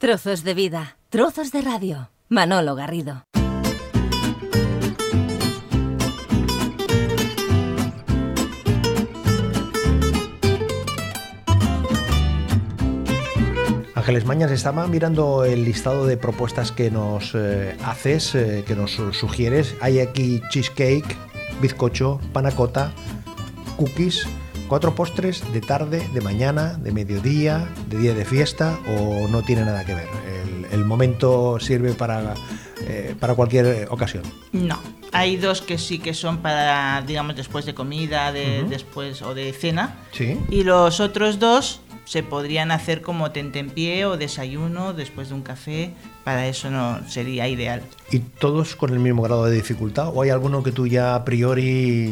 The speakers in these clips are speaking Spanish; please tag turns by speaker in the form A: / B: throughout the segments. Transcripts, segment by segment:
A: Trozos de vida, trozos de radio. Manolo Garrido.
B: Ángeles Mañas, estaba mirando el listado de propuestas que nos eh, haces, eh, que nos sugieres. Hay aquí cheesecake, bizcocho, panacota, cookies, cuatro postres de tarde, de mañana, de mediodía, de día de fiesta o no tiene nada que ver. El, el momento sirve para, eh, para cualquier ocasión.
C: No. Hay dos que sí que son para, digamos, después de comida, de,
B: Ujú.
C: después o de cena.
B: Sí.
C: Y los otros dos se podrían hacer como tentempié o desayuno después de un café. Para eso no sería ideal.
B: ¿Y todos con el mismo grado de dificultad? ¿O hay alguno que tú ya a priori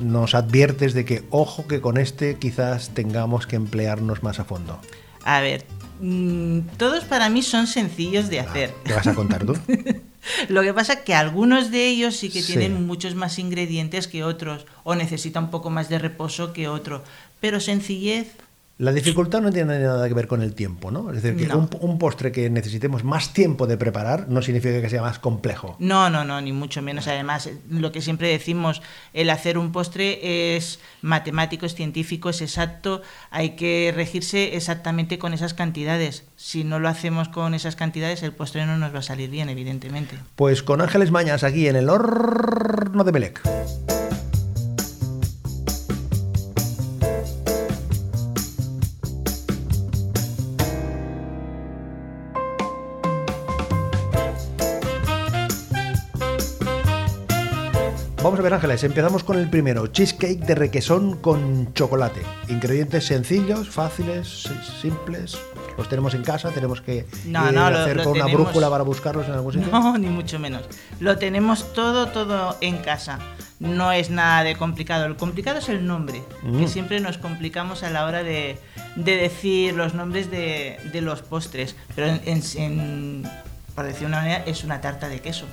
B: nos adviertes de que, ojo, que con este quizás tengamos que emplearnos más a fondo?
C: A ver, mm, todos para mí son sencillos de hacer.
B: ¿Qué vas a contar tú?
C: Lo que pasa que algunos de ellos sí que
B: Sí.
C: tienen muchos más ingredientes que otros o necesitan un poco más de reposo que otro. Pero sencillez,
B: La dificultad no tiene nada que ver con el tiempo, ¿no? Es decir, que
C: No.
B: un, un postre que necesitemos más tiempo de preparar no significa que sea más complejo.
C: no, no, no, ni mucho menos. Además, eh, lo que siempre decimos, el hacer un postre es matemático, es científico, es exacto. Hay que regirse exactamente con esas cantidades. Si no lo hacemos con esas cantidades, el postre no nos va a salir bien, evidentemente.
B: Pues con Ángeles Mañas aquí en el horno de Melec. Vamos a ver Ángeles, empezamos con el primero, cheesecake de requesón con chocolate. Ingredientes sencillos, fáciles, si- simples. Los tenemos en casa, tenemos que
C: No,
B: eh,
C: no, lo-
B: hacer
C: lo
B: con una
C: tenemos.
B: brújula para buscarlos en algún sitio.
C: No, ni mucho menos. Lo tenemos todo, todo en casa. No es nada de complicado. Lo complicado es el nombre,
B: Mm.
C: que siempre nos complicamos a la hora de, de decir los nombres de, de los postres. Pero, en, en- en- por decir una manera, es una tarta de queso.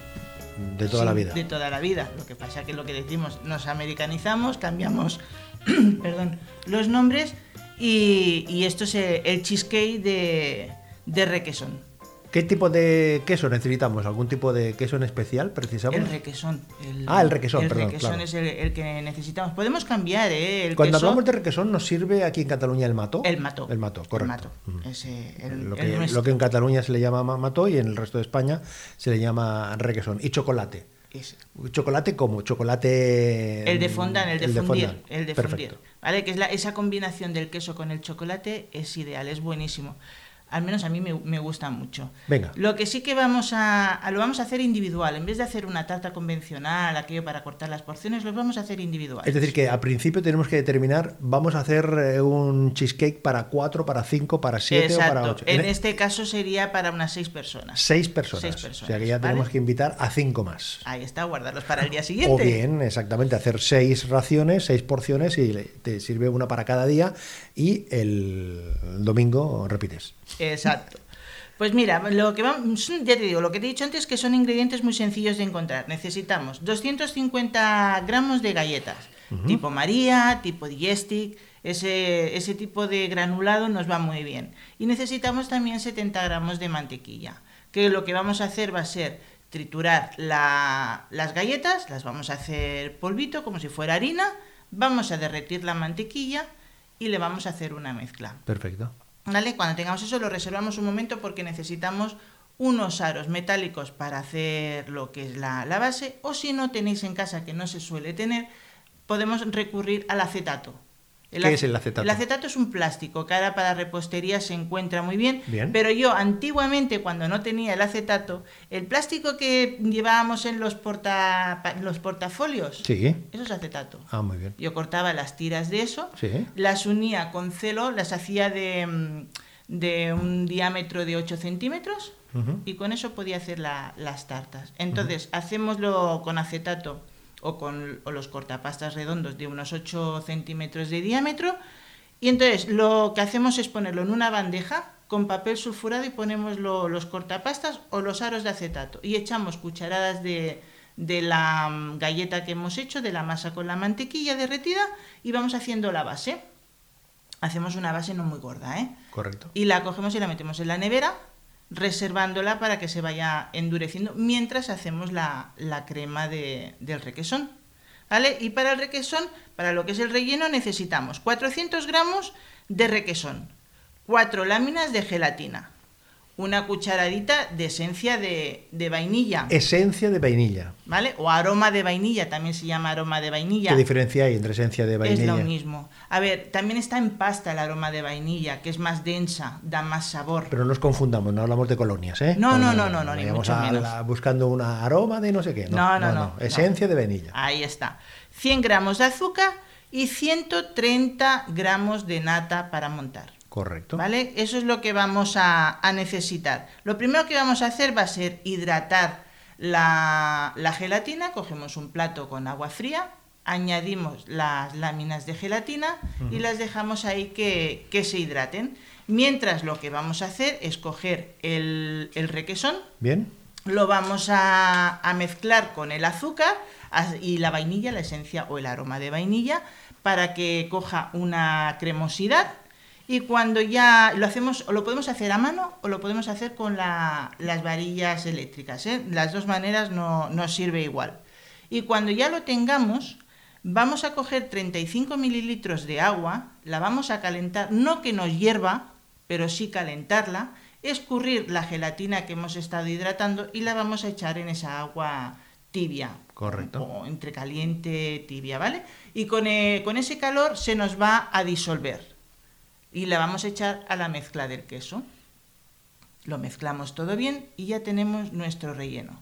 B: De toda
C: Sí,
B: la vida.
C: De toda la vida. Lo que pasa que lo que decimos, nos americanizamos, cambiamos,
B: Mm.
C: perdón, los nombres y, y esto es eh, el cheesecake de, de requesón.
B: ¿Qué tipo de queso necesitamos? ¿Algún tipo de queso en especial precisamos?
C: El requesón.
B: Ah, el requesón, perdón,
C: requesón
B: claro.
C: es el, el que necesitamos. Podemos cambiar, ¿eh? El
B: Cuando
C: queso,
B: hablamos de requesón, ¿nos sirve aquí en Cataluña el mató?
C: El mató.
B: El mató, correcto. Mm.
C: El mato. Ese, el,
B: Lo
C: el
B: que,
C: nuestro.
B: lo que en Cataluña se le llama ma- mató y en el resto de España se le llama requesón. Y chocolate.
C: Ese.
B: ¿Chocolate cómo? Chocolate...
C: El de fondant, el de fundir.
B: fondant.
C: El de
B: Perfecto.
C: fundir. ¿Vale? Que es la- esa combinación del queso con el chocolate es ideal, es buenísimo. Al menos a mí me, me gusta mucho.
B: Venga.
C: Lo que sí que vamos a, a- Lo vamos a hacer individual. En vez de hacer una tarta convencional, aquello para cortar las porciones, lo vamos a hacer individual.
B: Es decir, que al principio tenemos que determinar, vamos a hacer eh, un cheesecake para 4, para 5, para 7 o
C: Exacto.
B: para e- 8.
C: En este caso sería para unas seis personas.
B: 6 personas.
C: Seis personas,
B: O sea que ya
C: ¿vale?
B: tenemos que invitar a 5 más.
C: Ahí está, guardarlos para el día siguiente.
B: O bien, exactamente, hacer seis raciones, seis porciones y le- te sirve una para cada día y el domingo repites.
C: Exacto. Pues mira, lo que vamos, ya te digo, lo que te he dicho antes que son ingredientes muy sencillos de encontrar. Necesitamos 250 gramos de galletas, tipo María, tipo Digestic, ese, ese tipo de granulado nos va muy bien. Y necesitamos también 70 gramos de mantequilla, que lo que vamos a hacer va a ser triturar la- las galletas, las vamos a hacer polvito como si fuera harina, vamos a derretir la mantequilla y le vamos a hacer una mezcla.
B: Perfecto.
C: ¿Vale? Cuando tengamos eso lo reservamos un momento porque necesitamos unos aros metálicos para hacer lo que es la, la base o si no tenéis en casa que no se suele tener, podemos recurrir al acetato.
B: ¿Qué
C: ac-
B: es el acetato?
C: El acetato es un plástico que ahora para repostería se encuentra muy bien,
B: Bien.
C: pero yo antiguamente cuando no tenía el acetato, el plástico que llevábamos en los, porta, pa- los portafolios,
B: Sí.
C: eso es acetato.
B: Ah, muy bien.
C: Yo cortaba las tiras de eso,
B: Sí.
C: las unía con celo, las hacía de, mm, de un diámetro de 8 centímetros
B: Ujú.
C: y con eso podía hacer la- las tartas. Entonces, hacémoslo con acetato o con o los cortapastas redondos de unos 8 centímetros de diámetro y entonces lo que hacemos es ponerlo en una bandeja con papel sulfurado y ponemos lo- los cortapastas o los aros de acetato y echamos cucharadas de, de la mm, galleta que hemos hecho, de la masa con la mantequilla derretida y vamos haciendo la base. Hacemos una base no muy gorda, ¿eh?
B: Correcto.
C: Y la cogemos y la metemos en la nevera reservándola para que se vaya endureciendo mientras hacemos la, la crema de- del requesón. ¿Vale? Y para el requesón, para lo que es el relleno, necesitamos 400 gramos de requesón, 4 láminas de gelatina, una cucharadita de esencia de, de vainilla,
B: Esencia de vainilla.
C: ¿vale? O aroma de vainilla, también se llama aroma de vainilla.
B: ¿Qué diferencia hay entre esencia de
C: Es lo
B: vainilla?
C: mismo. A ver, también está en pasta el aroma de vainilla, que es más densa, da más sabor.
B: Pero no nos confundamos, no hablamos de colonias, ¿eh?
C: No, no, no, no, no, ni
B: vayamos
C: mucho
B: a
C: menos.
B: la- buscando un aroma de no sé qué. No,
C: No, no, no, Ah.
B: Esencia de vainilla.
C: Ahí está. 100 gramos de azúcar y 130 gramos de nata para montar.
B: Correcto.
C: ¿Vale? Eso es lo que vamos a, a necesitar. Lo primero que vamos a hacer va a ser hidratar la, la gelatina. Cogemos un plato con agua fría, añadimos las láminas de gelatina y las dejamos ahí que, que se hidraten. Mientras lo que vamos a hacer es coger el, el requesón,
B: Bien.
C: lo vamos a, a mezclar con el azúcar as- y la vainilla, la esencia o el aroma de vainilla, para que coja una cremosidad. Y cuando ya lo hacemos, o lo podemos hacer a mano o lo podemos hacer con la- las varillas eléctricas. ¿eh? Las dos maneras no, nos sirve igual. Y cuando ya lo tengamos, vamos a coger 35 mililitros de agua, la vamos a calentar, no que nos hierva, pero sí calentarla, escurrir la gelatina que hemos estado hidratando y la vamos a echar en esa agua tibia.
B: Correcto.
C: O entre caliente, tibia, ¿vale? Y con, eh, con ese calor se nos va a disolver. Y la vamos a echar a la mezcla del queso. Lo mezclamos todo bien y ya tenemos nuestro relleno.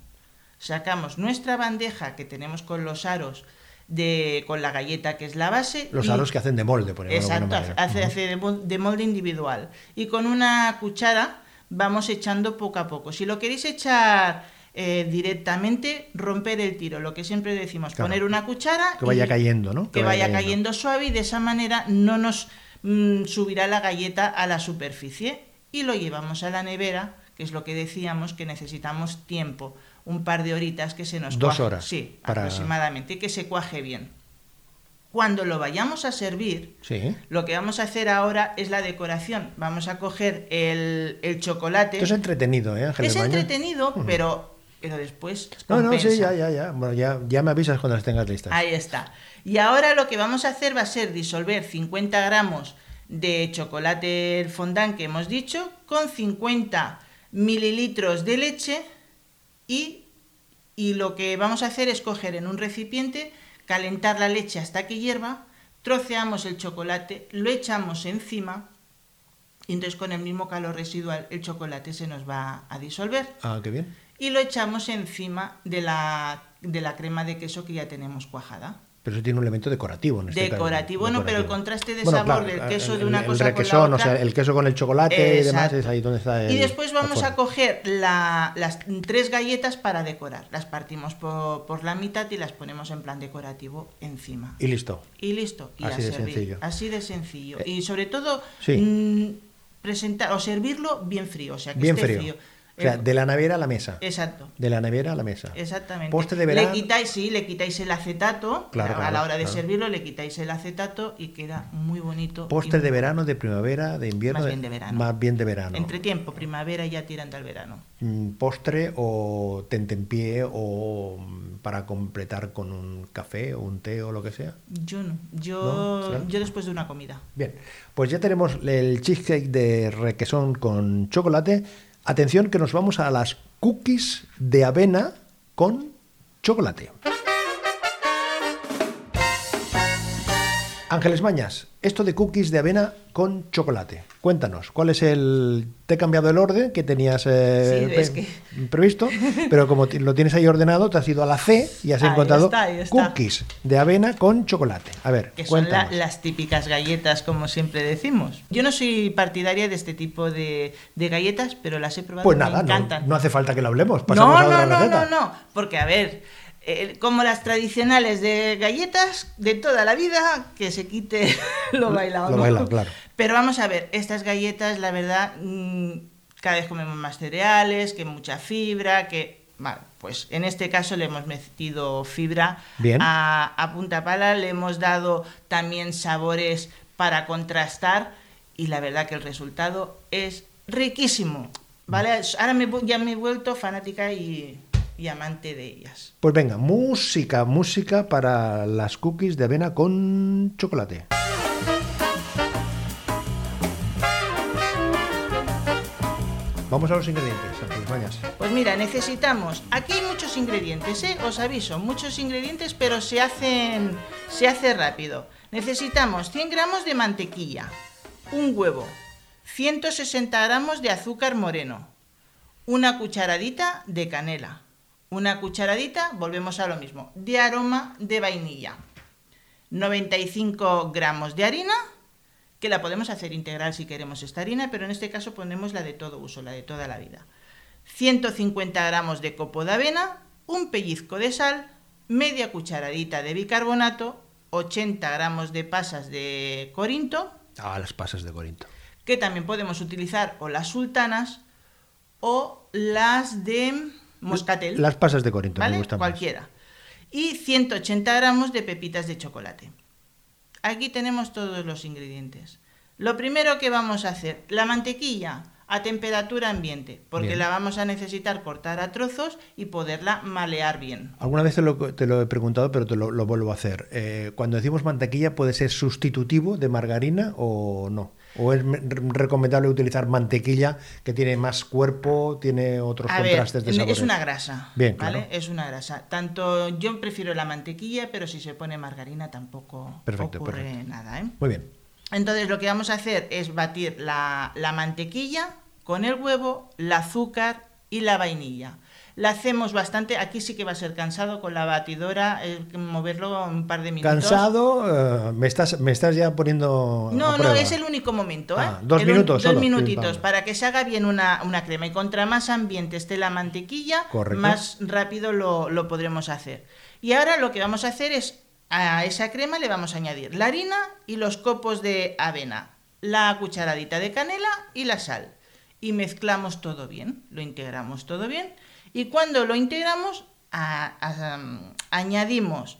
C: Sacamos nuestra bandeja que tenemos con los aros de con la galleta que es la base.
B: Los
C: y-
B: aros que hacen de molde, por ejemplo.
C: Exacto, hace, hace de mo- de molde individual. Y con una cuchara vamos echando poco a poco. Si lo queréis echar eh, directamente, romper el tiro, lo que siempre decimos,
B: Claro.
C: poner una cuchara.
B: Que vaya
C: y-
B: cayendo, ¿no?
C: Que, vaya, cayendo. suave y de esa manera no nos mm, subirá la galleta a la superficie. Y lo llevamos a la nevera, que es lo que decíamos que necesitamos tiempo, un par de horitas que se nos
B: Dos
C: cuaje.
B: horas
C: Sí,
B: para-
C: aproximadamente, y que se cuaje bien. Cuando lo vayamos a servir,
B: Sí.
C: lo que vamos a hacer ahora es la decoración. Vamos a coger el, el chocolate.
B: Esto es entretenido, ¿eh, Ángel?
C: es
B: de Maño?
C: entretenido, pero, pero después.
B: No, no, sí, ya,
C: compensa.
B: ya, ya. Bueno, ya, ya me avisas cuando las tengas listas.
C: Ahí está. Y ahora lo que vamos a hacer va a ser disolver 50 gramos de chocolate fondant que hemos dicho con 50 mililitros de leche y, y lo que vamos a hacer es coger en un recipiente, calentar la leche hasta que hierva, troceamos el chocolate, lo echamos encima y entonces con el mismo calor residual el chocolate se nos va a disolver
B: Ah, qué bien.
C: y lo echamos encima de la, de la crema de queso que ya tenemos cuajada.
B: Pero eso tiene un elemento decorativo. En este caso,
C: Decorativo, no, pero el contraste de
B: Bueno, claro,
C: sabor del
B: el-
C: queso
B: el-
C: de una
B: el
C: cosa
B: requesón,
C: con la
B: o
C: otra.
B: sea, el queso con el chocolate y demás,
C: Exacto.
B: es ahí donde está el...
C: y después vamos
B: la
C: a coger la- las tres galletas para decorar. Las partimos por, por la mitad y las ponemos en plan decorativo encima.
B: Y listo.
C: Y listo, y
B: Así
C: a
B: de
C: servir.
B: sencillo.
C: Así de sencillo.
B: Eh,
C: y sobre todo,
B: sí.
C: mm, presentar o servirlo bien frío, o sea que
B: Bien
C: esté
B: frío.
C: frío.
B: O sea,
C: Eh,
B: de la nevera a la mesa.
C: Exacto.
B: De la nevera a la mesa.
C: Exactamente.
B: Postre de verano.
C: Le quitáis, sí, le quitáis el acetato.
B: Claro,
C: a
B: claro,
C: la hora de
B: claro.
C: servirlo le quitáis el acetato y queda muy bonito. y
B: Postre
C: muy-
B: de verano, de primavera, de invierno.
C: Más bien de verano.
B: Más bien de verano.
C: Entre tiempo, primavera ya tirando al verano.
B: Mm, Postre o tentempié o mm, para completar con un café o un té o lo que sea.
C: Yo no.
B: ¿No?
C: Yo,
B: ¿Será?
C: yo después de una comida.
B: Bien, pues ya tenemos el cheesecake de requesón con chocolate. Atención que nos vamos a las cookies de avena con chocolate. Ángeles Mañas, esto de cookies de avena con chocolate. Cuéntanos, ¿cuál es el... Te he cambiado el orden que tenías eh,
C: Sí, es
B: pre-
C: que-
B: previsto, pero como ti- lo tienes ahí ordenado, te has ido a la C y has
C: Ahí
B: encontrado
C: está, ahí está.
B: cookies de avena con chocolate. A ver,
C: Que son la-
B: cuéntanos.
C: las típicas galletas, como siempre decimos. Yo no soy partidaria de este tipo de, de galletas, pero las he probado.
B: Pues
C: me
B: nada, no,
C: encantan.
B: no hace falta que lo hablemos. Pasamos a otra
C: no,
B: receta.
C: no, no, no, porque a ver, eh, como las tradicionales de galletas de toda la vida, que se quite lo bailado.
B: Lo
C: ¿no?
B: bailado, claro.
C: Pero vamos a ver, estas galletas, la verdad, mm, cada vez comemos más cereales, que mucha fibra, que... Vale, pues en este caso le hemos metido fibra
B: Bien.
C: A, a punta pala, le hemos dado también sabores para contrastar y la verdad que el resultado es riquísimo. ¿Vale? Ahora me vu- ya me he vuelto fanática y, y amante de ellas.
B: Pues venga, música, música para las cookies de avena con chocolate. Vamos a los ingredientes, Ángeles Mañas.
C: Pues mira, necesitamos. Aquí hay muchos ingredientes, ¿eh? Os aviso, muchos ingredientes, pero se hacen. se hace rápido. Necesitamos 100 gramos de mantequilla, un huevo, 160 gramos de azúcar moreno, una cucharadita de canela, una cucharadita, volvemos a lo mismo, de aroma de vainilla, 95 gramos de harina, que la podemos hacer integral si queremos esta harina, pero en este caso ponemos la de todo uso, la de toda la vida. 150 gramos de copo de avena, un pellizco de sal, media cucharadita de bicarbonato, 80 gramos de pasas de corinto,
B: Ah, las pasas de Corinto.
C: que también podemos utilizar o las sultanas o las de moscatel,
B: Las pasas de Corinto me
C: ¿vale?
B: gustan más.
C: Cualquiera. Y 180 gramos de pepitas de chocolate. Aquí tenemos todos los ingredientes. Lo primero que vamos a hacer, la mantequilla a temperatura ambiente, porque
B: Bien.
C: la vamos a necesitar cortar a trozos y poderla malear bien.
B: Alguna vez te lo, te lo he preguntado, pero te lo, lo vuelvo a hacer. Eh, cuando decimos mantequilla, ¿puede ser sustitutivo de margarina o no? ¿O es me- re- recomendable utilizar mantequilla que tiene más cuerpo, tiene otros
C: A ver,
B: contrastes de sabores?
C: es una grasa,
B: Bien,
C: ¿vale?
B: claro.
C: Es una grasa. Tanto yo prefiero la mantequilla, pero si se pone margarina tampoco
B: Perfecto,
C: ocurre
B: perfecto.
C: nada, ¿eh?
B: Muy bien.
C: Entonces lo que vamos a hacer es batir la, la mantequilla con el huevo, el azúcar y la vainilla. La hacemos bastante, aquí sí que va a ser cansado con la batidora, eh, moverlo un par de minutos.
B: Cansado, eh, me, estás, me estás ya poniendo. a
C: No, no,
B: prueba.
C: es el único momento. ¿eh?
B: Ah, dos
C: El un-
B: minutos
C: Dos
B: solo.
C: minutitos
B: Vale.
C: para que se haga bien una, una crema. Y contra más ambiente esté la mantequilla,
B: Correcto.
C: más rápido lo, lo podremos hacer. Y ahora lo que vamos a hacer es a esa crema le vamos a añadir la harina y los copos de avena, la cucharadita de canela y la sal. Y mezclamos todo bien, lo integramos todo bien. Y cuando lo integramos, a- a- añadimos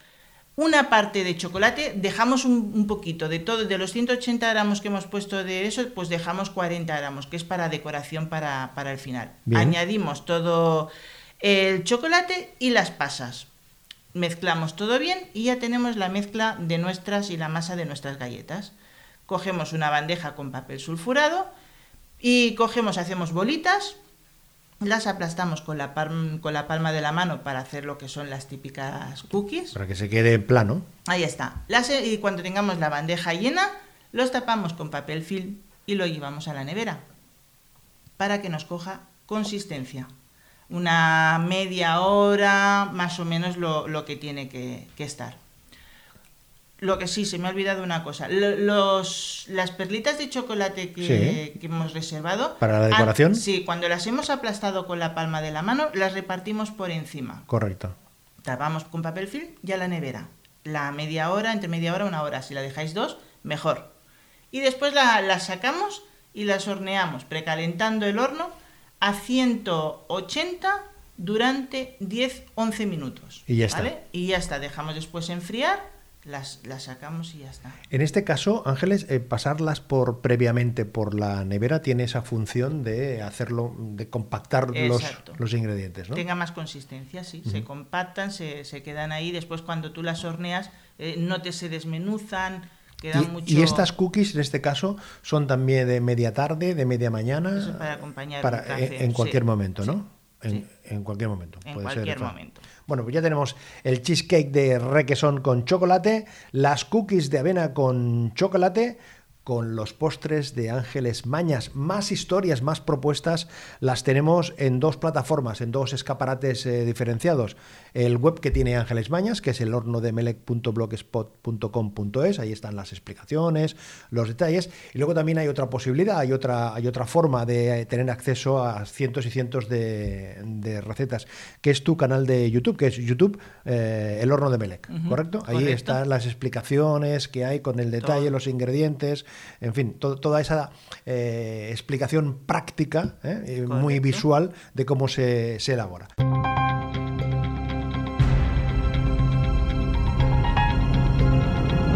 C: una parte de chocolate, dejamos un, un poquito de todo, de los 180 gramos que hemos puesto de eso, pues dejamos 40 gramos, que es para decoración para, para el final.
B: Bien.
C: Añadimos todo el chocolate y las pasas. Mezclamos todo bien y ya tenemos la mezcla de nuestras y la masa de nuestras galletas. Cogemos una bandeja con papel sulfurado y cogemos, hacemos bolitas, las aplastamos con la, palm- con la palma de la mano para hacer lo que son las típicas cookies.
B: Para que se quede en plano.
C: Ahí está. Las- y cuando tengamos la bandeja llena, los tapamos con papel film y lo llevamos a la nevera para que nos coja consistencia. Una media hora, más o menos lo, lo que tiene que, que estar. Lo que sí, se me ha olvidado una cosa. Lo- los, las perlitas de chocolate que, que hemos reservado...
B: ¿Para la decoración?
C: ah, sí, cuando las hemos aplastado con la palma de la mano, las repartimos por encima
B: Correcto.
C: tapamos con papel film y a la nevera. La media hora, entre media hora, una hora. Si la dejáis dos, mejor. Y después la- las sacamos y las horneamos, precalentando el horno a 180 durante 10-11 minutos.
B: Y ya está.
C: ¿vale? Y ya está. Dejamos después enfriar, las, las sacamos y ya está.
B: En este caso, Ángeles, eh, pasarlas por previamente por la nevera tiene esa función de hacerlo, de compactar los,
C: Exacto.
B: los ingredientes, ¿no?
C: Tenga más consistencia, sí. Se compactan, se, se quedan ahí. Después cuando tú las horneas, eh, no te se desmenuzan,
B: Y,
C: quedan mucho...
B: y estas cookies, en este caso, son también de media tarde, de media mañana.
C: Eso es para acompañar
B: para- eh,
C: un café,
B: en, en cualquier
C: sí,
B: momento, ¿no?
C: sí,
B: En,
C: sí.
B: en cualquier momento.
C: En
B: puede ser,
C: cualquier
B: claro.
C: momento.
B: Bueno, pues ya tenemos el cheesecake de requesón con chocolate, las cookies de avena con chocolate, con los postres de Ángeles Mañas. Más historias, más propuestas las tenemos en dos plataformas, en dos escaparates eh, diferenciados. El web que tiene Ángeles Mañas, que es el horno de melec.blogspot.com.es, ahí están las explicaciones, los detalles. Y luego también hay otra posibilidad, hay otra, hay otra forma de tener acceso a cientos y cientos de, de recetas, que es tu canal de YouTube, que es YouTube eh, El Horno de Melec, ¿correcto? Ahí
C: correcto.
B: están las explicaciones que hay con el detalle,
C: Todo.
B: los ingredientes, en fin, to- toda esa eh, explicación práctica, ¿eh? Eh, muy
C: Correcto.
B: visual, de cómo se, se elabora.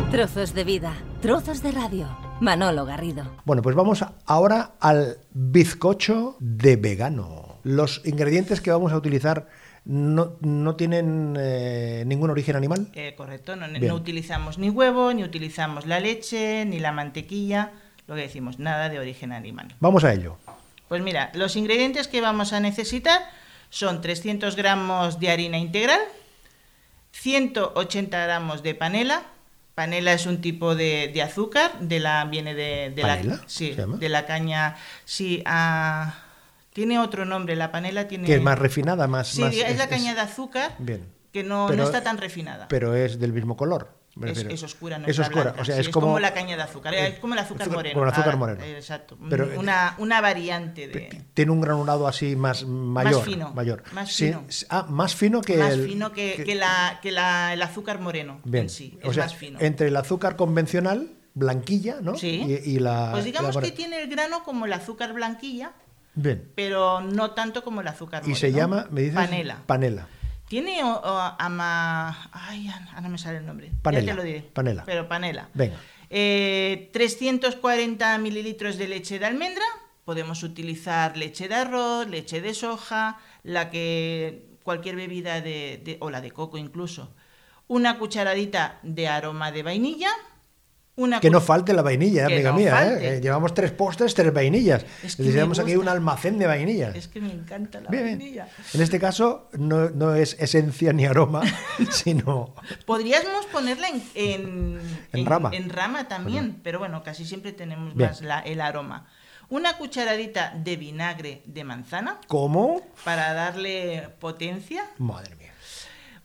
A: Trozos de vida, trozos de radio. Manolo Garrido.
B: Bueno, pues vamos ahora al bizcocho de vegano. Los ingredientes que vamos a utilizar no, no tienen eh, ningún origen animal.
C: Eh, correcto, no, no
B: Bien.
C: utilizamos ni huevo, ni utilizamos la leche, ni la mantequilla, lo que decimos, nada de origen animal.
B: Vamos a ello.
C: Pues mira, los ingredientes que vamos a necesitar son 300 gramos de harina integral, 180 gramos de panela. Panela es un tipo de, de azúcar, de la viene de, de
B: ¿Panela?
C: la sí,
B: ¿Se llama?
C: de la caña, sí, ah, tiene otro nombre, la panela tiene
B: Que es más refinada, más...
C: Sí,
B: más-
C: es, la caña de azúcar
B: Bien.
C: que no, no
B: Pero-
C: está tan refinada.
B: Pero es del mismo color. me
C: es,
B: refiero.
C: es oscura, no
B: Es
C: está
B: oscura,
C: blanca.
B: o sea,
C: Sí,
B: es, como...
C: la caña de azúcar,
B: eh,
C: es como el azúcar
B: azúcar-
C: moreno.
B: como el azúcar
C: ah,
B: moreno.
C: Exacto,
B: Pero-
C: una, una variante de...
B: Tiene un granulado así más mayor.
C: fino,
B: Mayor.
C: más
B: Sí,
C: fino.
B: s- ah, más fino que
C: más
B: el-
C: fino que, que la, que la- el azúcar moreno en
B: Bien.
C: sí,
B: o
C: es
B: sea,
C: más fino.
B: entre el azúcar convencional, blanquilla, ¿no?
C: Sí.
B: Y, y la...
C: pues digamos
B: la-
C: que tiene el grano como el azúcar blanquilla,
B: Bien.
C: pero no tanto como el azúcar
B: Y
C: moreno.
B: se llama, me dices...
C: Panela.
B: Panela.
C: Tiene o- o- ama... Ay, ah, no me sale el nombre.
B: Panela,
C: Ya te lo diré.
B: panela.
C: Pero panela.
B: Venga.
C: Eh, 340 mililitros de leche de almendra. Podemos utilizar leche de arroz, leche de soja, la que cualquier bebida de, de- o la de coco incluso. Una cucharadita de aroma de vainilla. Una
B: Que no
C: cuch-
B: falte la vainilla,
C: Que
B: amiga
C: no
B: mía. ¿eh?
C: falte.
B: Eh, Llevamos tres postres, tres vainillas.
C: Es que me
B: Necesitamos aquí un
C: gusta.
B: almacén de vainillas.
C: Es que me encanta la
B: Bien, bien.
C: vainilla.
B: En este caso no, no es esencia ni aroma, sino...
C: Podríamos ponerla en, en,
B: En rama.
C: en rama también, pero bueno, casi siempre tenemos
B: Bien.
C: más la- el aroma. Una cucharadita de vinagre de manzana
B: ¿Cómo?
C: para darle potencia.
B: Madre mía.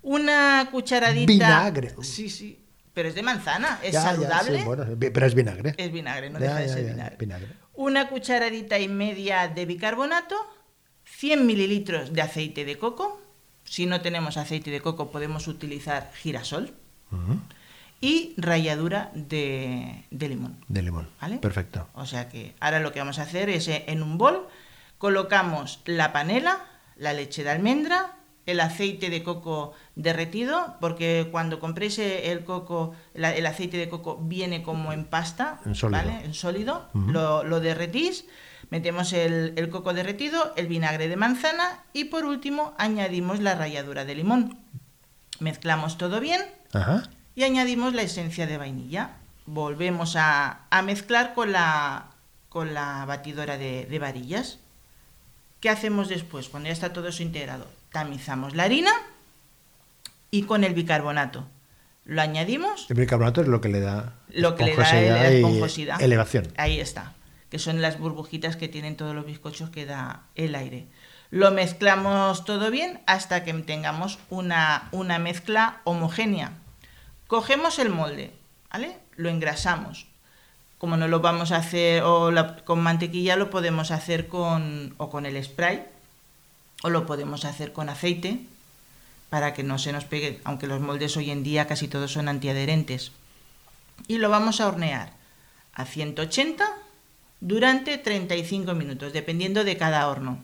C: Una cucharadita.
B: Vinagre.
C: Sí, sí. Pero es de manzana, es
B: Ya, ya,
C: saludable.
B: sí, bueno, vi- pero es vinagre.
C: Es vinagre, no
B: Ya,
C: deja de
B: ya,
C: ser
B: ya,
C: vinagre.
B: vinagre.
C: Una cucharadita y media de bicarbonato, 100 mililitros de aceite de coco. Si no tenemos aceite de coco, podemos utilizar girasol.
B: Ujú,
C: Y ralladura de, de limón.
B: De limón.
C: ¿Vale?
B: Perfecto.
C: O sea que ahora lo que vamos a hacer es eh, en un bol colocamos la panela, la leche de almendra, el aceite de coco derretido, porque cuando compréis eh, el coco, la- el aceite de coco viene como en pasta,
B: En sólido.
C: ¿vale? En sólido, lo, lo derretís, metemos el, el coco derretido, el vinagre de manzana y por último añadimos la ralladura de limón. Mezclamos todo bien
B: Ajá.
C: y añadimos la esencia de vainilla. Volvemos a, a mezclar con la, con la batidora de, de varillas. ¿Qué hacemos después? Cuando ya está todo eso integrado, tamizamos la harina y con el bicarbonato. Lo añadimos,
B: El bicarbonato es lo que le da
C: lo que le da
B: esponjosidad
C: el-
B: y
C: esponjosidad.
B: Elevación.
C: Ahí está, que son las burbujitas que tienen todos los bizcochos que da el aire. Lo mezclamos todo bien hasta que tengamos una, una mezcla homogénea. Cogemos el molde, ¿vale? Lo engrasamos. Como no lo vamos a hacer o la- con mantequilla, lo podemos hacer con, o con el spray, o lo podemos hacer con aceite, para que no se nos pegue, aunque los moldes hoy en día casi todos son antiadherentes. Y lo vamos a hornear a 180 durante 35 minutos, dependiendo de cada horno.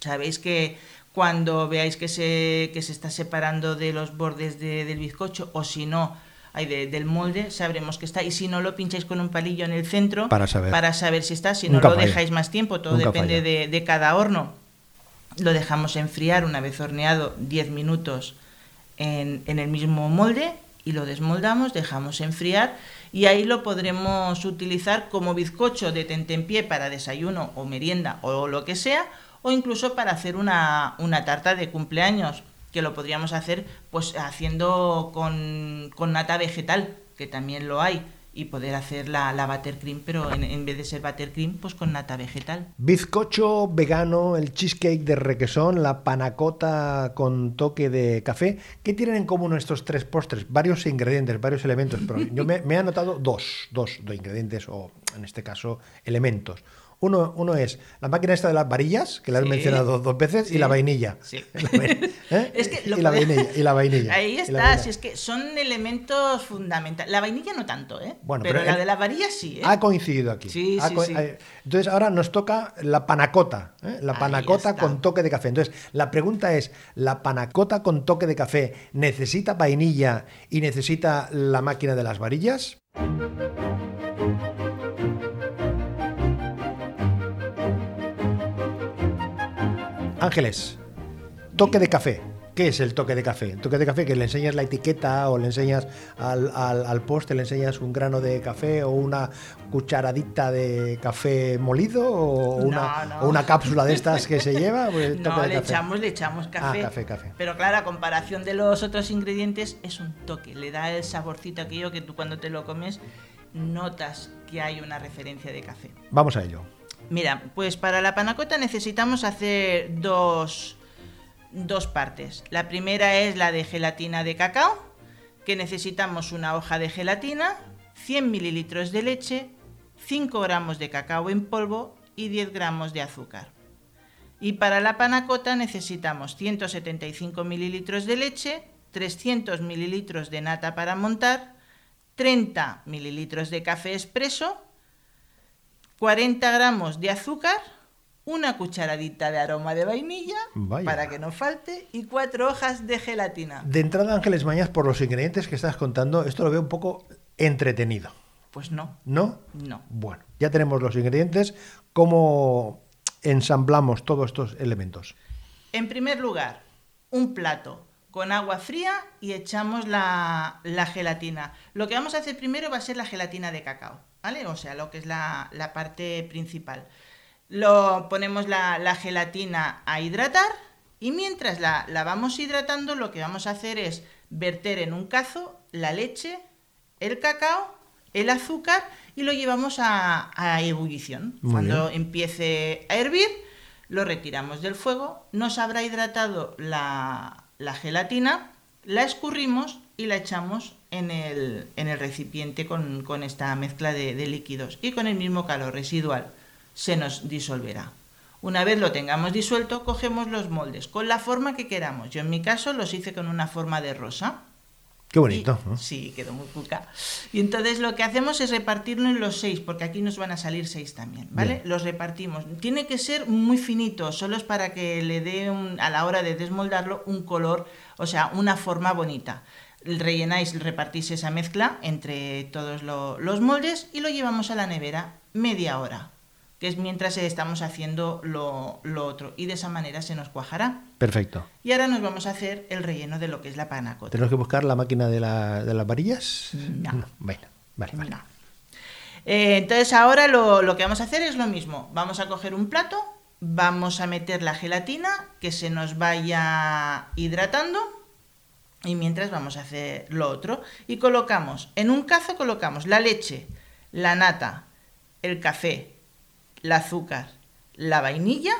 C: Sabéis que cuando veáis que se, que se está separando de los bordes de- del bizcocho, o si no, ay, de- del molde, sabremos que está. Y si no, lo pincháis con un palillo en el centro
B: Para saber.
C: saber si está. Si no,
B: Nunca
C: lo
B: falla.
C: dejáis más tiempo, todo
B: Nunca
C: depende
B: falla.
C: de, de cada horno. Lo dejamos enfriar una vez horneado 10 minutos en, en el mismo molde y lo desmoldamos, dejamos enfriar y ahí lo podremos utilizar como bizcocho de tentempié para desayuno o merienda o lo que sea o incluso para hacer una, una tarta de cumpleaños que lo podríamos hacer pues haciendo con, con nata vegetal que también lo hay y poder hacer la, la buttercream pero en, en vez de ser buttercream pues con nata vegetal
B: Bizcocho vegano, el cheesecake de requesón, la panacota con toque de café. ¿Qué tienen en común estos tres postres? Varios ingredientes, varios elementos, pero yo me, me he anotado dos, dos, dos ingredientes o en este caso elementos. Uno, uno es la máquina esta de las varillas, que la has
C: Sí.
B: mencionado dos veces, y
C: Sí.
B: la vainilla.
C: Sí.
B: ¿Eh?
C: Es que lo
B: y, la
C: podemos-
B: vainilla, y la vainilla.
C: Ahí
B: y la
C: está,
B: vainilla.
C: si es que son elementos fundamentales. La vainilla no tanto, ¿eh?
B: Bueno,
C: pero,
B: pero Ah,
C: la
B: el-
C: de la varilla sí, ¿eh?
B: Ha coincidido aquí.
C: Sí,
B: Ha
C: sí,
B: co-
C: sí.
B: eh, Entonces ahora nos toca la panacota. ¿eh? La
C: Ahí
B: panacota
C: está.
B: con toque de café. Entonces la pregunta es, ¿la panacota con toque de café necesita vainilla y necesita la máquina de las varillas? Ángeles, toque de café. ¿Qué es el toque de café? El toque de café que le enseñas la etiqueta o le enseñas al, al, al poste, le enseñas un grano de café o una cucharadita de café molido o,
C: No,
B: una,
C: no.
B: o una cápsula de estas que se lleva. pues, el toque
C: No,
B: de
C: le
B: café.
C: echamos, le echamos café.
B: Ah, café, café.
C: Pero claro, a comparación de los otros ingredientes, es un toque. Le da el saborcito aquello que tú cuando te lo comes notas que hay una referencia de café.
B: Vamos a ello.
C: Mira, pues para la panacota necesitamos hacer dos, dos partes. La primera es la de gelatina de cacao, que necesitamos una hoja de gelatina, 100 mililitros de leche, 5 gramos de cacao en polvo y 10 gramos de azúcar. Y para la panacota necesitamos 175 mililitros de leche, 300 mililitros de nata para montar, 30 mililitros de café expreso, 40 gramos de azúcar, una cucharadita de aroma de vainilla
B: Vaya.
C: para que no falte y cuatro hojas de gelatina.
B: De entrada, Ángeles Mañas, por los ingredientes que estás contando, esto lo veo un poco entretenido,
C: Pues no,
B: ¿no?
C: no.
B: Bueno, ya tenemos los ingredientes. ¿Cómo ensamblamos todos estos elementos?
C: En primer lugar, un plato con agua fría y echamos la, la gelatina. Lo que vamos a hacer primero va a ser la gelatina de cacao, ¿vale? O sea, lo que es la, la parte principal. Lo ponemos la, la gelatina a hidratar y mientras la, la vamos hidratando, lo que vamos a hacer es verter en un cazo la leche, el cacao, el azúcar y lo llevamos a, a ebullición.
B: Muy
C: Cuando empiece a hervir, lo retiramos del fuego, nos habrá hidratado la, la gelatina, la escurrimos y la echamos en el, en el recipiente con, con esta mezcla de, de líquidos y con el mismo calor residual se nos disolverá. Una vez lo tengamos disuelto, cogemos los moldes con la forma que queramos. Yo en mi caso los hice con una forma de rosa.
B: Qué bonito.
C: Y-
B: ¿no?
C: Sí, quedó muy cuca. Y entonces lo que hacemos es repartirlo en los seis, porque aquí nos van a salir seis también, ¿vale?
B: Bien.
C: Los repartimos. Tiene que ser muy finito, solo es para que le dé un- a la hora de desmoldarlo un color, o sea, una forma bonita. Rellenáis, repartís esa mezcla entre todos lo- los moldes y lo llevamos a la nevera media hora, que es mientras estamos haciendo lo, lo otro. Y de esa manera se nos cuajará.
B: Perfecto.
C: Y ahora nos vamos a hacer el relleno de lo que es la panacota.
B: ¿Tenemos que buscar la máquina de, la- de las varillas?
C: No.
B: Bueno, vale, vale.
C: No. Eh, entonces ahora lo, lo que vamos a hacer es lo mismo. Vamos a coger un plato, vamos a meter la gelatina que se nos vaya hidratando y mientras vamos a hacer lo otro. Y colocamos, en un cazo colocamos la leche, la nata, el café, el azúcar, la vainilla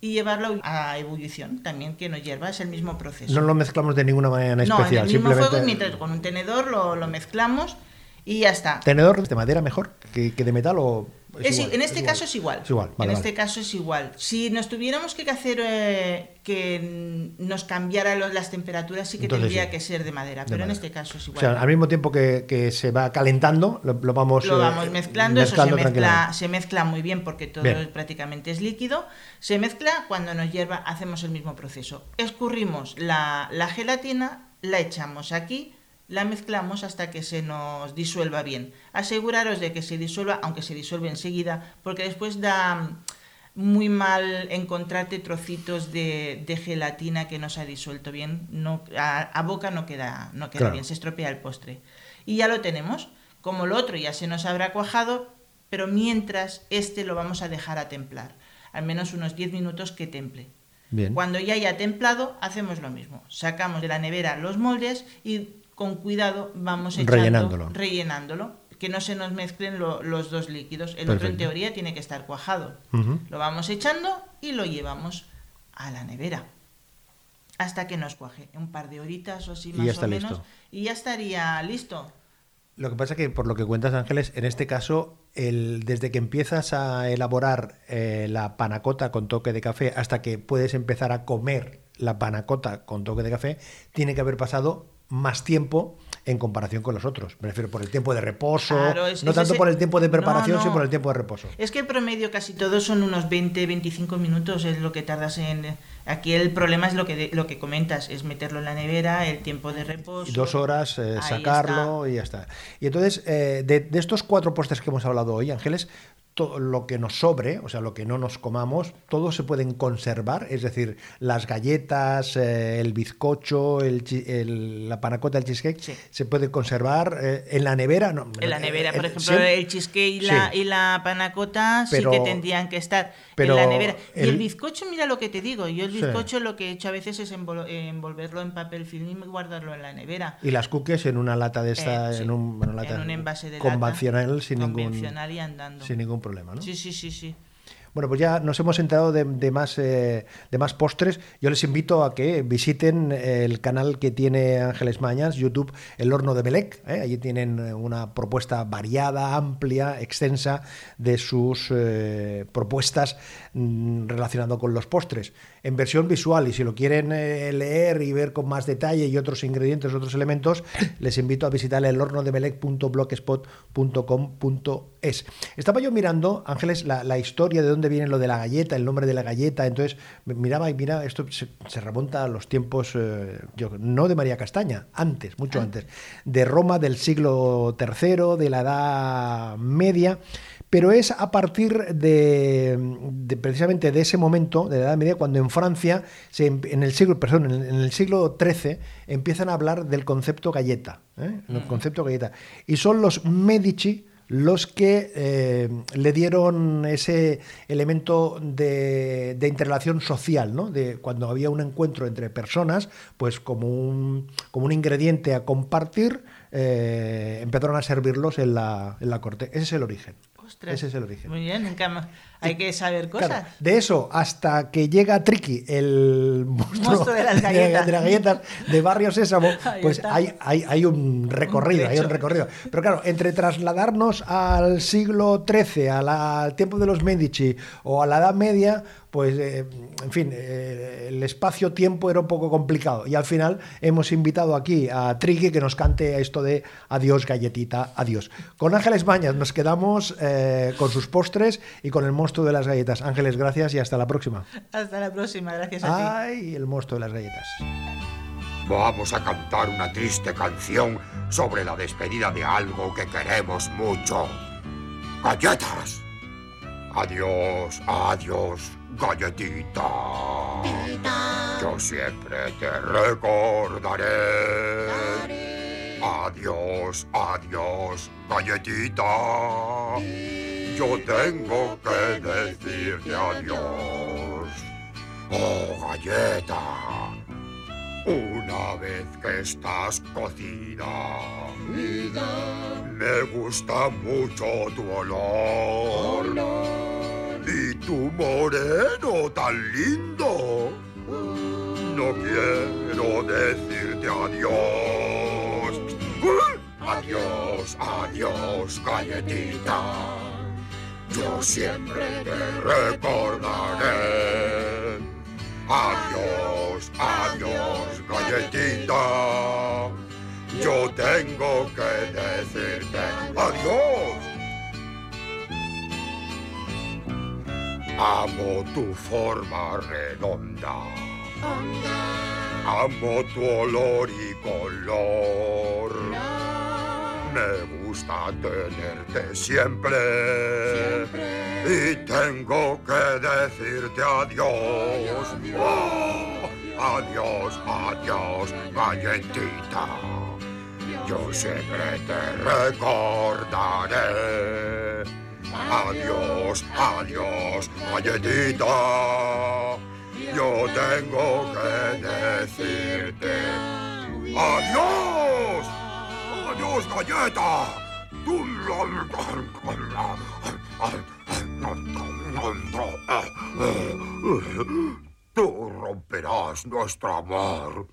C: y llevarlo a ebullición también que no hierva, es el mismo proceso.
B: No lo mezclamos de ninguna manera en
C: No,
B: especial.
C: en el mismo
B: simplemente
C: fuego y mientras con un tenedor lo, lo mezclamos y ya está.
B: ¿Tenedor de madera mejor que, que de metal o.? es
C: Es i-
B: igual,
C: en este
B: igual?
C: caso es igual.
B: Es igual, vale,
C: en
B: vale.
C: este caso es igual. Si nos tuviéramos que hacer eh, que mm, nos cambiara lo- las temperaturas, sí que
B: Entonces
C: tendría
B: sí.
C: que ser de madera,
B: De
C: pero en
B: madera.
C: este caso es
B: O
C: igual.
B: sea, al mismo tiempo que, que se va calentando, lo, lo vamos,
C: lo
B: eh,
C: vamos mezclando, eso se mezcla,
B: tranquilamente.
C: se mezcla muy bien porque todo
B: Bien.
C: prácticamente es líquido. Se mezcla, cuando nos hierva hacemos el mismo proceso. Escurrimos la, la gelatina, la echamos aquí, la mezclamos hasta que se nos disuelva bien. Aseguraros de que se disuelva, aunque se disuelve enseguida, porque después da muy mal encontrarte trocitos de, de gelatina que no se ha disuelto bien. No, a, a boca no queda, no queda
B: Claro.
C: bien, se estropea el postre. Y ya lo tenemos. Como el otro ya se nos habrá cuajado, pero mientras este lo vamos a dejar a templar. Al menos unos 10 minutos que temple.
B: Bien.
C: Cuando ya haya templado, hacemos lo mismo. Sacamos de la nevera los moldes y con cuidado vamos echando,
B: Rellenándolo.
C: rellenándolo, que no se nos mezclen lo- los dos líquidos. El otro en
B: Perfecto.
C: teoría tiene que estar cuajado.
B: Ujú.
C: Lo vamos echando y lo llevamos a la nevera hasta que nos cuaje. Un par de horitas o así
B: Y
C: más
B: ya está
C: o menos.
B: listo.
C: Y ya estaría listo.
B: Lo que pasa es que, por lo que cuentas, Ángeles, en este caso, el, desde que empiezas a elaborar eh, la panacota con toque de café hasta que puedes empezar a comer la panacota con toque de café, tiene que haber pasado más tiempo en comparación con los otros. Me refiero por el tiempo de reposo,
C: Claro, es-
B: no
C: es
B: tanto
C: ese-
B: por el tiempo de
C: No,
B: preparación,
C: no.
B: sino por el tiempo de reposo.
C: Es que el promedio casi todos son unos 20-25 minutos, es lo que tardas en... Aquí el problema es lo que, de- lo que comentas, es meterlo en la nevera, el tiempo de reposo.
B: Y dos horas, eh,
C: Ahí
B: sacarlo y ya está. Y entonces, eh, de, de estos cuatro postres que hemos hablado hoy, Ángeles, to- lo que nos sobre, o sea, lo que no nos comamos, todo se pueden conservar, es decir, las galletas, eh, el bizcocho, el, chi- el- la panacota, el cheesecake,
C: Sí.
B: se puede conservar eh, en la nevera. No,
C: En la nevera, por
B: eh,
C: ejemplo,
B: siempre-
C: el cheesecake y la,
B: Sí.
C: y la panacota
B: Pero-
C: sí que tendrían que estar
B: pero
C: en la nevera. y
B: el-
C: el bizcocho, mira lo que te digo, yo el
B: Sí.
C: bizcocho lo que he hecho a veces es envol- eh, envolverlo en papel film y guardarlo en la nevera.
B: Y las cookies en una lata de esta,
C: Eh, sí,
B: en, un, bueno, lata
C: en un envase de lata,
B: convencional, sin
C: convencional y andando.
B: ningún sin ningún problema, ¿no?
C: Sí, sí, sí, sí.
B: Bueno, pues ya nos hemos enterado de, de más, eh, de más postres. Yo les invito a que visiten eh, el canal que tiene Ángeles Mañas, YouTube, El Horno de Belec. ¿eh? Allí tienen una propuesta variada, amplia, extensa de sus eh, propuestas mm, relacionado con los postres. En versión visual, y si lo quieren eh, leer y ver con más detalle y otros ingredientes, otros elementos, les invito a visitar el horno de belec.blogspot.com.es. Estaba yo mirando, Ángeles, la, la historia de dónde viene lo de la galleta, el nombre de la galleta. Entonces, me- miraba y mira, esto se, se remonta a los tiempos, eh, yo, no de María Castaña, antes, mucho antes, de Roma del siglo III, de la Edad Media. Pero es a partir de, de precisamente de ese momento, de la Edad Media, cuando en Francia, se em- en el siglo, perdón, en el- en el siglo XIII, empiezan a hablar del concepto galleta. ¿eh? El concepto galleta. Y son los Medici los que eh, le dieron ese elemento de, de interrelación social, ¿no? De cuando había un encuentro entre personas, pues como un, como un ingrediente a compartir, eh, empezaron a servirlos en la, en la corte. Ese es el origen.
C: Ostras.
B: Ese es el origen.
C: Muy bien, nunca más. Hay que saber cosas.
B: Claro, de eso hasta que llega Triki, el monstruo,
C: Monstruo de las galletas.
B: de las galletas de Barrio Sésamo,
C: Ahí
B: pues
C: está.
B: hay, hay, hay un recorrido,
C: Un
B: hay un
C: trecho.
B: recorrido. Pero claro, entre trasladarnos al siglo XIII, a la- al tiempo de los Medici o a la Edad Media, pues, eh, en fin, eh, el espacio-tiempo era un poco complicado. Y al final hemos invitado aquí a Triki que nos cante esto de adiós galletita, adiós. Con Ángeles Bañas nos quedamos eh, con sus postres y con el monstruo de las galletas. Ángeles, gracias y hasta la próxima.
C: Hasta la próxima, gracias
B: Ah,
C: a ti.
B: Ay, el monstruo de las galletas.
D: Vamos a cantar una triste canción sobre la despedida de algo que queremos mucho. ¡Galletas! Adiós, adiós, galletita. Yo siempre te recordaré. Adiós, adiós, galletita. Yo tengo que decirte adiós. Oh, galleta. Una vez que estás cocida, me gusta mucho tu olor. Y tu moreno tan lindo. No quiero decirte adiós. ¡Ah! Adiós, adiós, galletita. Yo siempre te recordaré. Adiós, adiós, galletita. Yo tengo que decirte adiós. Amo tu forma redonda. Amo tu olor y color. Me gusta tenerte siempre. Y tengo que decirte adiós. Oh, adiós, adiós, galletita. Yo siempre te recordaré. Adiós, adiós, galletita. Yo tengo que decirte adiós. Adiós, galleta. Tú romperás nuestro amor.